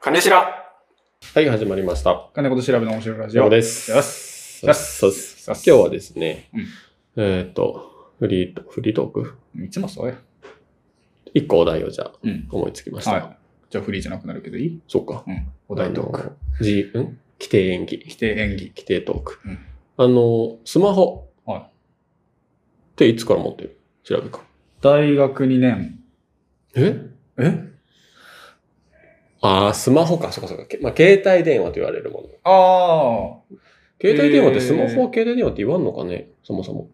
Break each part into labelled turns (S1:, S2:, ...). S1: 金しら
S2: はい、始まりました。
S3: 金子と調べの面白いラジ
S2: ジョ
S3: オ。。
S2: ーですす。
S3: よ
S2: す
S3: よし
S2: そうです
S3: よ
S2: 今
S3: し
S2: 日はですね、
S3: うん
S2: えーっと、フリート、フリートーク
S3: いつもそうや。
S2: 一個お題をじゃあ
S3: うん。
S2: 思いつきました。
S3: はい。じゃあフリーじゃなくなるけどいい
S2: そうか。
S3: うん。お題トーク。
S2: ク。じ、ん規定演技。
S3: 規定演技。
S2: 規定トーク。
S3: うん
S2: あの、スマホ。
S3: はい
S2: っていつから持ってる調べか。
S3: 大学2年。
S2: え
S3: え
S2: ああ、スマホか。そうかそうか。けまあ、携帯電話と言われるもの。
S3: ああ。
S2: 携帯電話って
S3: へー
S2: スマホは携帯電話って言わんのかねそもそも。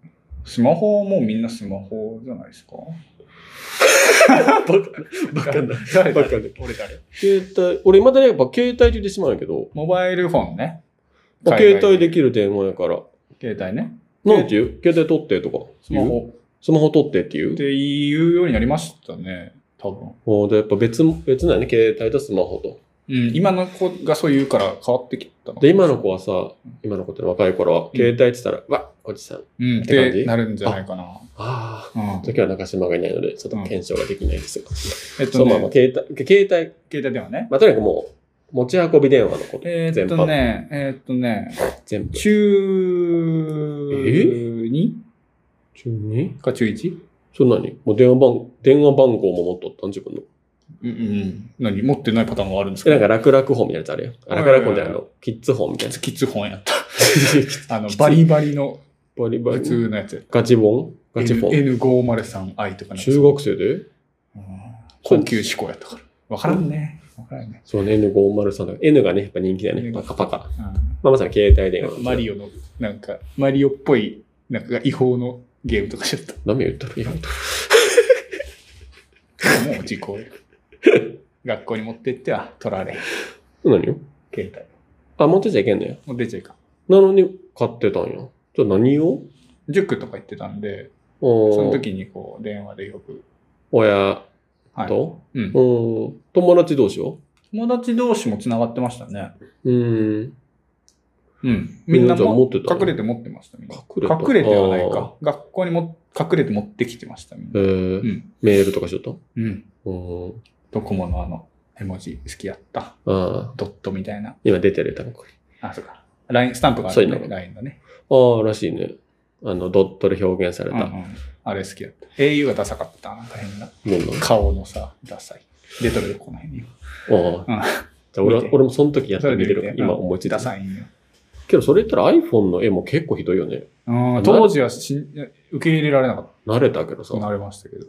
S3: スマホもみんなスマホじゃないですか。
S2: バカ、バカだ。
S3: 誰
S2: バカだ。
S3: 俺誰
S2: 携帯、俺今だにやっぱ携帯で言ってしまうんやけど、
S3: モバイルフォンね。
S2: まあ
S3: 海
S2: 携
S3: 外
S2: 帯できる電話やから、
S3: 携帯ね。
S2: なんて言う携帯取ってとか
S3: ス
S2: 言
S3: マ
S2: う。
S3: ホ
S2: スマホ取ってってい
S3: っ
S2: う。
S3: て言うようになりましたね。多分。
S2: おーで、やっぱ別、別なんやね。携帯とスマホと。
S3: うん。今の子がそう言うから変わってきたの
S2: で、今の子はさ、今の子って若い頃は、携帯って言ったら、わっ、おじさん。
S3: うん。っ
S2: って感じ
S3: てなるんじゃないかな。
S2: ああ。
S3: うん。
S2: 時は中島がいないので、ちょっと検証ができないですが。
S3: えっ
S2: そ
S3: と
S2: う、
S3: ね
S2: まあまあ、携帯、携帯、
S3: 携帯電話ね。
S2: まあ、とにかくもう、持ち運び電話のこと。
S3: えーっとね、えーっとね、
S2: 全部。
S3: 中 2?
S2: 中に
S3: か中 1?
S2: それ何もう電話番、電話番号も持っとったん自分の。
S3: うんうん。何持ってないパターンがあるんです
S2: え、
S3: か
S2: なんか楽々本みたいなやつあるよ。あ
S3: はい
S2: 楽々本ってあの、キッズ本みたいな。
S3: キッズ本やった。 あの、バリバリの
S2: バリバ
S3: 普
S2: リ。
S3: 通のやつ。
S2: ガチ本ガチ本。
S3: N- N503i とかのやつ
S2: 中学生で
S3: うん高級志向やったから。わからんね。わからんね。
S2: そうね、N503 だ。N がね、やっぱ人気だよね。
S3: N
S2: パ
S3: が
S2: カパカ。まあ、まさに携帯電
S3: う
S2: 話。
S3: んマリ
S2: オ。
S3: オの、なんか、マリオっぽい、なんか違法のゲームとかしちゃった。
S2: 何言ったらいいの
S3: もう時効や。 学校に持ってっては取られん。
S2: 何よ
S3: 携帯。
S2: あ、持ってちゃいけんのよ。
S3: もう出ちゃいかん。
S2: なのに買ってたんよ。じゃあ何を
S3: 塾とか行ってたんで、そ
S2: そ
S3: の時にこう、電話でよく。
S2: 親
S3: はい。
S2: と、
S3: うん
S2: う。ーん。友達同士は
S3: 友達同士も繋がってましたね。
S2: うーん。
S3: うん。みんな
S2: みんなじゃあ持
S3: も
S2: ってたの
S3: 隠れて持ってました、みんな。
S2: 隠れた
S3: 隠れてはないか。学校にも隠れて持ってきてました、みん
S2: え
S3: な。
S2: ー
S3: うん
S2: メールとかしよったう
S3: うん。
S2: ーん。
S3: ドコモのあの、絵文字好きやった。
S2: ああ。
S3: ドットみたいな。
S2: 今出てる単語。
S3: あ、そうか。ライン、スタンプがある
S2: そういう
S3: ね。
S2: の
S3: ラインだね。
S2: ああ、らしいね。あの、ドットで表現され
S3: う
S2: た
S3: んう
S2: もの
S3: ん。あれ好きやった。au がダサかった。なんか変な。
S2: なの。
S3: 顔のさ、ダサい。レトロでこの辺に。
S2: ああ。
S3: うん
S2: じゃあ俺は
S3: 見て
S2: 俺もその時やって
S3: それ
S2: み
S3: で
S2: れ
S3: 見
S2: る
S3: て
S2: 今
S3: うん
S2: 思いつい
S3: ダ
S2: た。
S3: サいんよ。
S2: けどそれ言ったら iPhone の絵も結構ひどいよね。
S3: うん当時はしん受け入れられなかっ
S2: 慣れたけどさ
S3: た。。なれましたけど。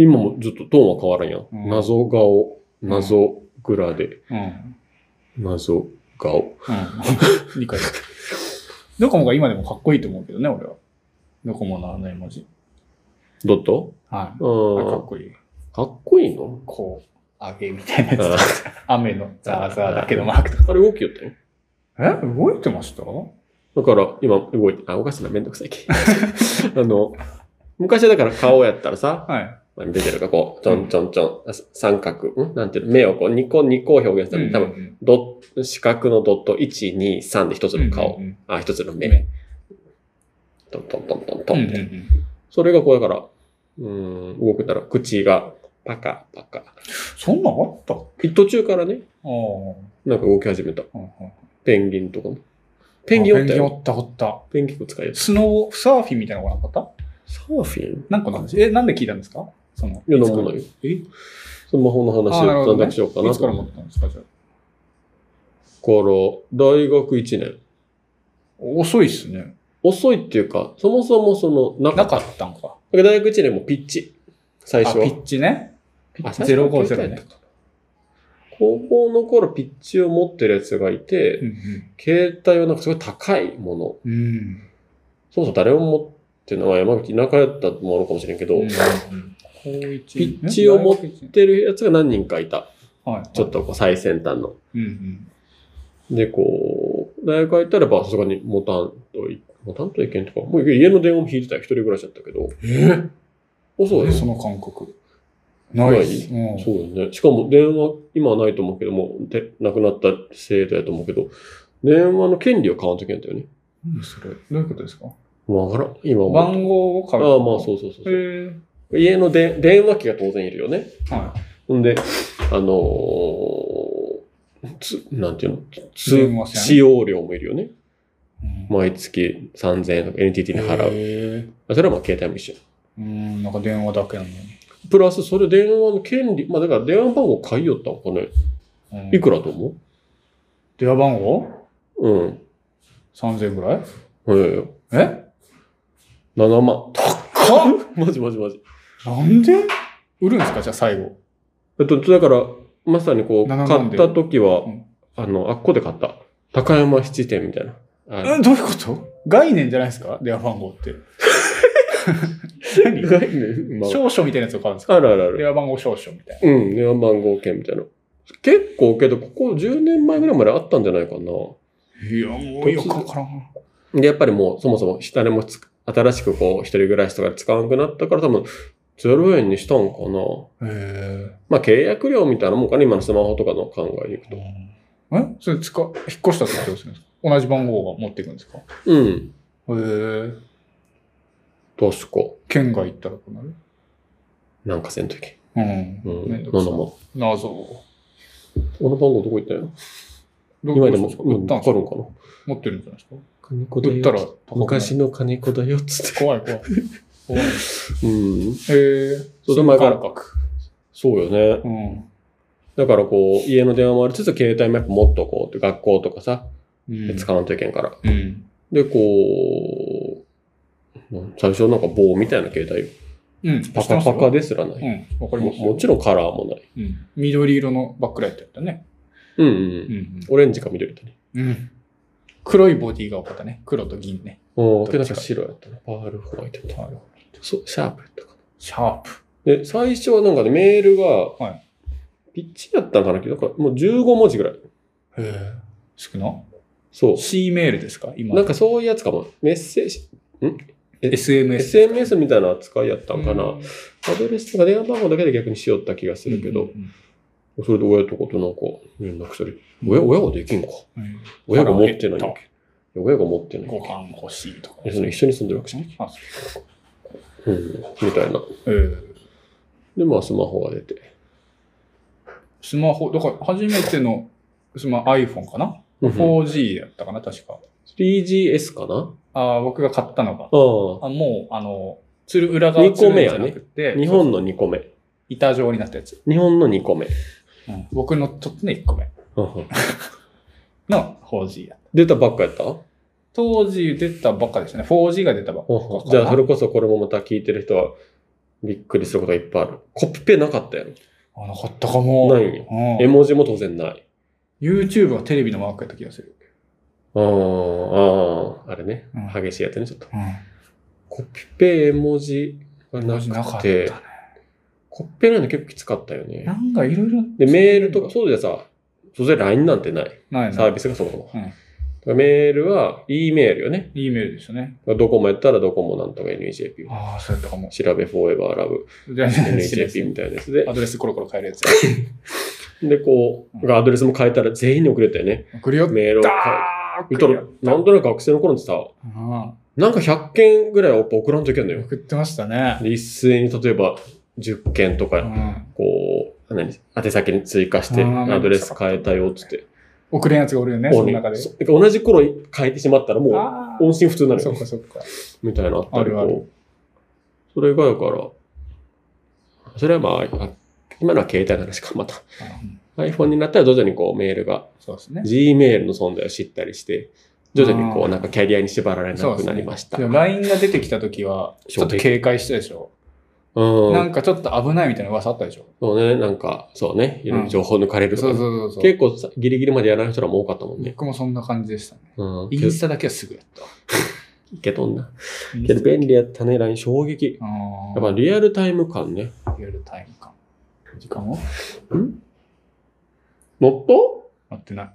S2: 今もずっとトーンは変わらんやん。
S3: うん
S2: 謎顔、謎グラで、
S3: うん。
S2: 謎顔。
S3: うん。理解できるドコモが今でもかっこいいと思うけどね、俺は。ドコモのあの絵文字。
S2: ドット
S3: は
S2: う
S3: い。あれか
S2: ん
S3: っ。こいい。
S2: かっこいいの
S3: こう、あげみたいなや
S2: あ
S3: つ。雨のザーザーだけのマークとか。
S2: あれ動きよったよ。
S3: え動いてました
S2: だから今動いて、あ、動かすのはめんどくさいけ。 あの、昔はだから顔やったらさ、
S3: はい。
S2: まあ出てるかこう、ちょんちょんちょん、あ三角、んなんていうの目をこう、2個、二個を表現したら、多分、
S3: 分、
S2: ドット四角のドット、1、2、3で一つの顔、
S3: うんうんうん。
S2: あ、一つの目、
S3: 目
S2: トントントントントン、
S3: うんうんうん
S2: それがこうだから、うーん、動くなら口がパカパカ。
S3: そんなんあったあ
S2: 途中からね、
S3: あ。うん
S2: なんか動き始めた。
S3: うん
S2: ペンギンとかも。ペンギンおった
S3: ペンギン
S2: よ。
S3: おったおった。
S2: ペンギンを使いよ。
S3: スノー、サーフィンみたいなのがなかった
S2: サーフィン
S3: なんかの話え、なんで聞いたんですかその、
S2: いや、なんもないよ。
S3: え
S2: スマホの話
S3: あなる
S2: を
S3: ほど
S2: だん
S3: ね
S2: だんしようかない
S3: つ
S2: と
S3: から
S2: 思
S3: 持
S2: う。
S3: ったんですかじゃあ。
S2: から、大学1年。
S3: 遅いっすね。
S2: 遅いっていうか、そもそもその、なか
S3: な
S2: った。
S3: かったんか。
S2: 大学1年もピッチ。最初
S3: あ
S2: は
S3: ピ。ッチね。
S2: あ
S3: ゼロ五ゼロ。
S2: 最初は携帯や
S3: ね
S2: っ。たか高校の頃ピッチを持ってるやつがいて、
S3: うん
S2: 携帯はなんかすごい高いもの。
S3: うん。うん。
S2: そもそも誰も持ってない、まあ山口田舎やったものかもしれんけど、持
S3: 高一
S2: ピッチを持っってるやつが何人かいた。
S3: はい。
S2: ちょっ。とこう最先端の。
S3: うんうん。
S2: で、こう、大学入ったらばさすがに持たんとい、持たんといけんとか、もう家の電話も引いてたよ一人暮らしだったけど、
S3: え
S2: あそうだよ。
S3: そ
S2: そ
S3: の感覚。ないっす。うん
S2: うだよね。しかも電話、今はないと思うけども、で、亡くなった制度やと思うけど、電話の権利を買わんといけんだよね。
S3: 何それどういうことですか
S2: わからん。今はもう。
S3: 番号を
S2: あ
S3: 買
S2: あ、
S3: う。
S2: まあそうそうそうそう。
S3: へえ。
S2: 家ので電話機が当然いるよね。
S3: は
S2: ほんで、あのーつ、なんていうの
S3: 電話
S2: つ
S3: 線
S2: 使用料もいるよね。
S3: うん
S2: 毎月3000円とか NTT に払う。
S3: へー
S2: それはまあ携帯も一緒。
S3: うん、なんか電話だけやのに。
S2: プラス、それ電話の権利、まあだから電話番号買いよったのかね。
S3: うん
S2: いくらと思
S3: 電話番号
S2: ううん。
S3: ?3000 ぐらい
S2: え
S3: え
S2: え7万。
S3: 高っ
S2: マジマジマジ。
S3: なんで売るんですかじゃあ最後。
S2: えっと、だから、まさにこう、
S3: 7
S2: 買
S3: 万
S2: っ
S3: で
S2: た時は
S3: うん、
S2: あの、あっこで買った。高山質店みたいな。あの
S3: えどういうこと概念じゃないですか電話番号って。何
S2: ない ね。まあ
S3: 少々みたいなやつを買うんですか
S2: あるあるある。
S3: 電話番号少々みたい
S2: うん、電話番号券みたいな。結構けど、ここ10年前ぐらいまであったんじゃないかな。
S3: な。いや、も
S2: う
S3: う
S2: よ
S3: よ
S2: く
S3: く
S2: わ
S3: わ
S2: か
S3: からん。
S2: で、やっぱりもう、そもそも、誰もつ新しくこう、一人暮らしとかで使わなくなったから、多分、0円にしたんかな。
S3: へ
S2: まあ、契約料みたいなもんかな、今のスマホとかの考えでいくと。
S3: え。えそれ使う、引っ越したってどうするんですか同じ番号が持っていくんですかへ
S2: うん、
S3: え。
S2: 確か。
S3: 県外行ったらこうなる
S2: なんかせんといけ
S3: うん。
S2: ん。うん、
S3: めんど
S2: 7
S3: くさい
S2: 万。
S3: 謎。
S2: この番号どこ行ったんや
S3: ど
S2: 今
S3: ど
S2: で
S3: う
S2: も、
S3: した
S2: うん
S3: で
S2: ん、
S3: すか
S2: わかるんかな。
S3: 持ってるんじゃないですか
S2: 金子
S3: 売ったら高くない
S2: 昔の金子だよ、つっ
S3: 怖い怖い。怖い。へ
S2: て。うん。
S3: え。
S2: そうでもやっぱ
S3: 感覚。
S2: そうよね。
S3: うん。
S2: だからこう、家の電話もありつつ、携帯もやっぱ持っとこうって、学校とかさ、
S3: うん
S2: 使わんといけんから。
S3: うん。
S2: で、こう、うん最初なんか棒みたいな携帯よ、
S3: うん。
S2: パカパカですらない。
S3: うん。わかり
S2: も
S3: ます
S2: もちろんカラーもない。
S3: うん。緑色のバックライトやったね。
S2: うんうん。
S3: ん。
S2: オレンジか緑だね。
S3: うん。黒いボディが多かったね。黒と銀ね。
S2: うん。
S3: どっちか
S2: で、なんか白やったな。パールホワイトやった。そう、シャープやったか
S3: シャープ。
S2: な。で、最初はなんかね、メールが、
S3: い
S2: ピッチやったんかなけど、なんかもう15文字ぐらい。
S3: へえ。少な
S2: そう。
S3: ?C メールですか今。
S2: なんかそういうやつかも。メッセージ、
S3: SMS。
S2: SMS みたいな扱いやったんかな。
S3: うん
S2: アドレスとか電話番号だけで逆にしよった気がするけど、。
S3: うん
S2: それで親とことなんか連絡したり、親親はできんか。
S3: うん
S2: 親が持ってないんだっけ親が持ってないんだ
S3: ご
S2: っ
S3: 飯欲しいとか
S2: け。その一緒に住んでるわけじゃん。
S3: あ、そ
S2: うん、みたいな。
S3: う。うん
S2: で、まあスマホが出て。
S3: スマホ、だから初めてのスマ iPhone かな
S2: うん
S3: ?4G やったかな確か。
S2: 3GS かな
S3: あー僕が買ったのが。
S2: あ
S3: あもう、あの、鶴裏側
S2: 二個目や
S3: 鶴じゃ
S2: ね
S3: なくて
S2: あ。日本の2個目。
S3: 板状になったやつ。
S2: 日本の2個目。
S3: 僕のちょっとね、1個目
S2: うん
S3: の 4G やった。
S2: 出たばっかやった
S3: 当時出たばっかでしたね。4G が出たばっかかな。
S2: じゃあそれこそこれもまた聞いてる人はびっくりすることがいっぱいある。コピペなかったや
S3: あ、なかったか
S2: ろ。
S3: も。
S2: ないんよ。絵
S3: うん、
S2: 文字も当然ない。
S3: YouTube はテレビのマークやった気がする。
S2: ああ、あれね
S3: う。ん
S2: 激しいやつね、ちょっと。
S3: うん。
S2: コピペ絵文字がな
S3: なか
S2: く
S3: った
S2: て
S3: ね。。
S2: コピペなんの結構きつかったよ
S3: な
S2: ね。
S3: んかいろいろ。
S2: で、メールとか、そうじゃさ、当然 LINE なんてない。
S3: ない
S2: サー
S3: な。
S2: ビスがそもそも。
S3: うん
S2: だからメールは、E メールよね。
S3: E メールでしたね。
S2: ドコモやったらドコモなんとか NEJP。
S3: ああ、そうやったかも。
S2: 調べフォーエバーラ ブ
S3: じゃあ、
S2: NEJP みたいなやつで
S3: ア。ドレスコロコロ変えるやつ。
S2: で、こう、アドレスも変えたら全員に送れたよね。
S3: 送るよ。
S2: メールを変え。
S3: ダー
S2: 言ったら、なんとなく学生の頃にさ、
S3: あ
S2: なんか100件ぐらいはやっぱ送らんといけんの
S3: ー
S2: よ。
S3: 送ってましたね。
S2: で一斉に例えば10件と
S3: う
S2: か、
S3: ん。
S2: こう、何宛先に追加して、
S3: あー
S2: アドレス変えたよってって。
S3: 送れんやつがおるよね、その中で。
S2: そうだから同じ頃に変えてしまったらも
S3: あ
S2: う音信不通にな
S3: あ。
S2: る
S3: そ
S2: よ
S3: っ。かそっか。
S2: みたいなのあったり
S3: あるある
S2: こうそれがやから、それはまあ、あ今のは携帯の話か、また。
S3: うん、
S2: iPhone になったら徐々にこうメールが、
S3: そうですね。
S2: Gmail の存在を知ったりして、徐々にこ
S3: あ
S2: う
S3: ー
S2: なんかキャリアに縛られ
S3: そ
S2: な
S3: うで
S2: く
S3: す
S2: な
S3: ね
S2: りました。
S3: でも LINE が出てきた時は、ちょっと警戒したでしょ。
S2: うん。
S3: なんかちょっと危ないみたいな噂あったでしょ。
S2: そうね、なんか、そうね、いろいろ情報抜かれると
S3: そ
S2: かね、
S3: うそうそうそう。
S2: 結構さギリギリまでやらない人らも多かったもんね。
S3: 僕もそんな感じでしたね。
S2: うん。
S3: イ
S2: け
S3: ンスタだけはすぐやった。
S2: けどんな。
S3: インス
S2: けど
S3: タ
S2: 便利やったね、LINE 衝撃。
S3: あ
S2: やっぱ
S3: ー
S2: リアルタイム感ね。
S3: リアルタイム感。時間を
S2: 乗っ
S3: 待ってない。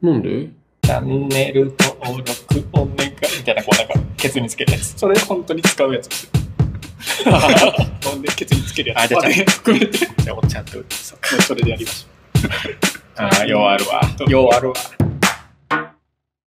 S2: たなんで
S3: チャンネル登録お願いみたいな、こうなんか、ケツにつけるやつ。それ本当に使うやつ。 ほんで、ケツにつけるやつ。あ、じゃあ、含めて。じゃあ、おっちゃんと、それでやりましょう。ああ、ようあるわ。ようあるわ。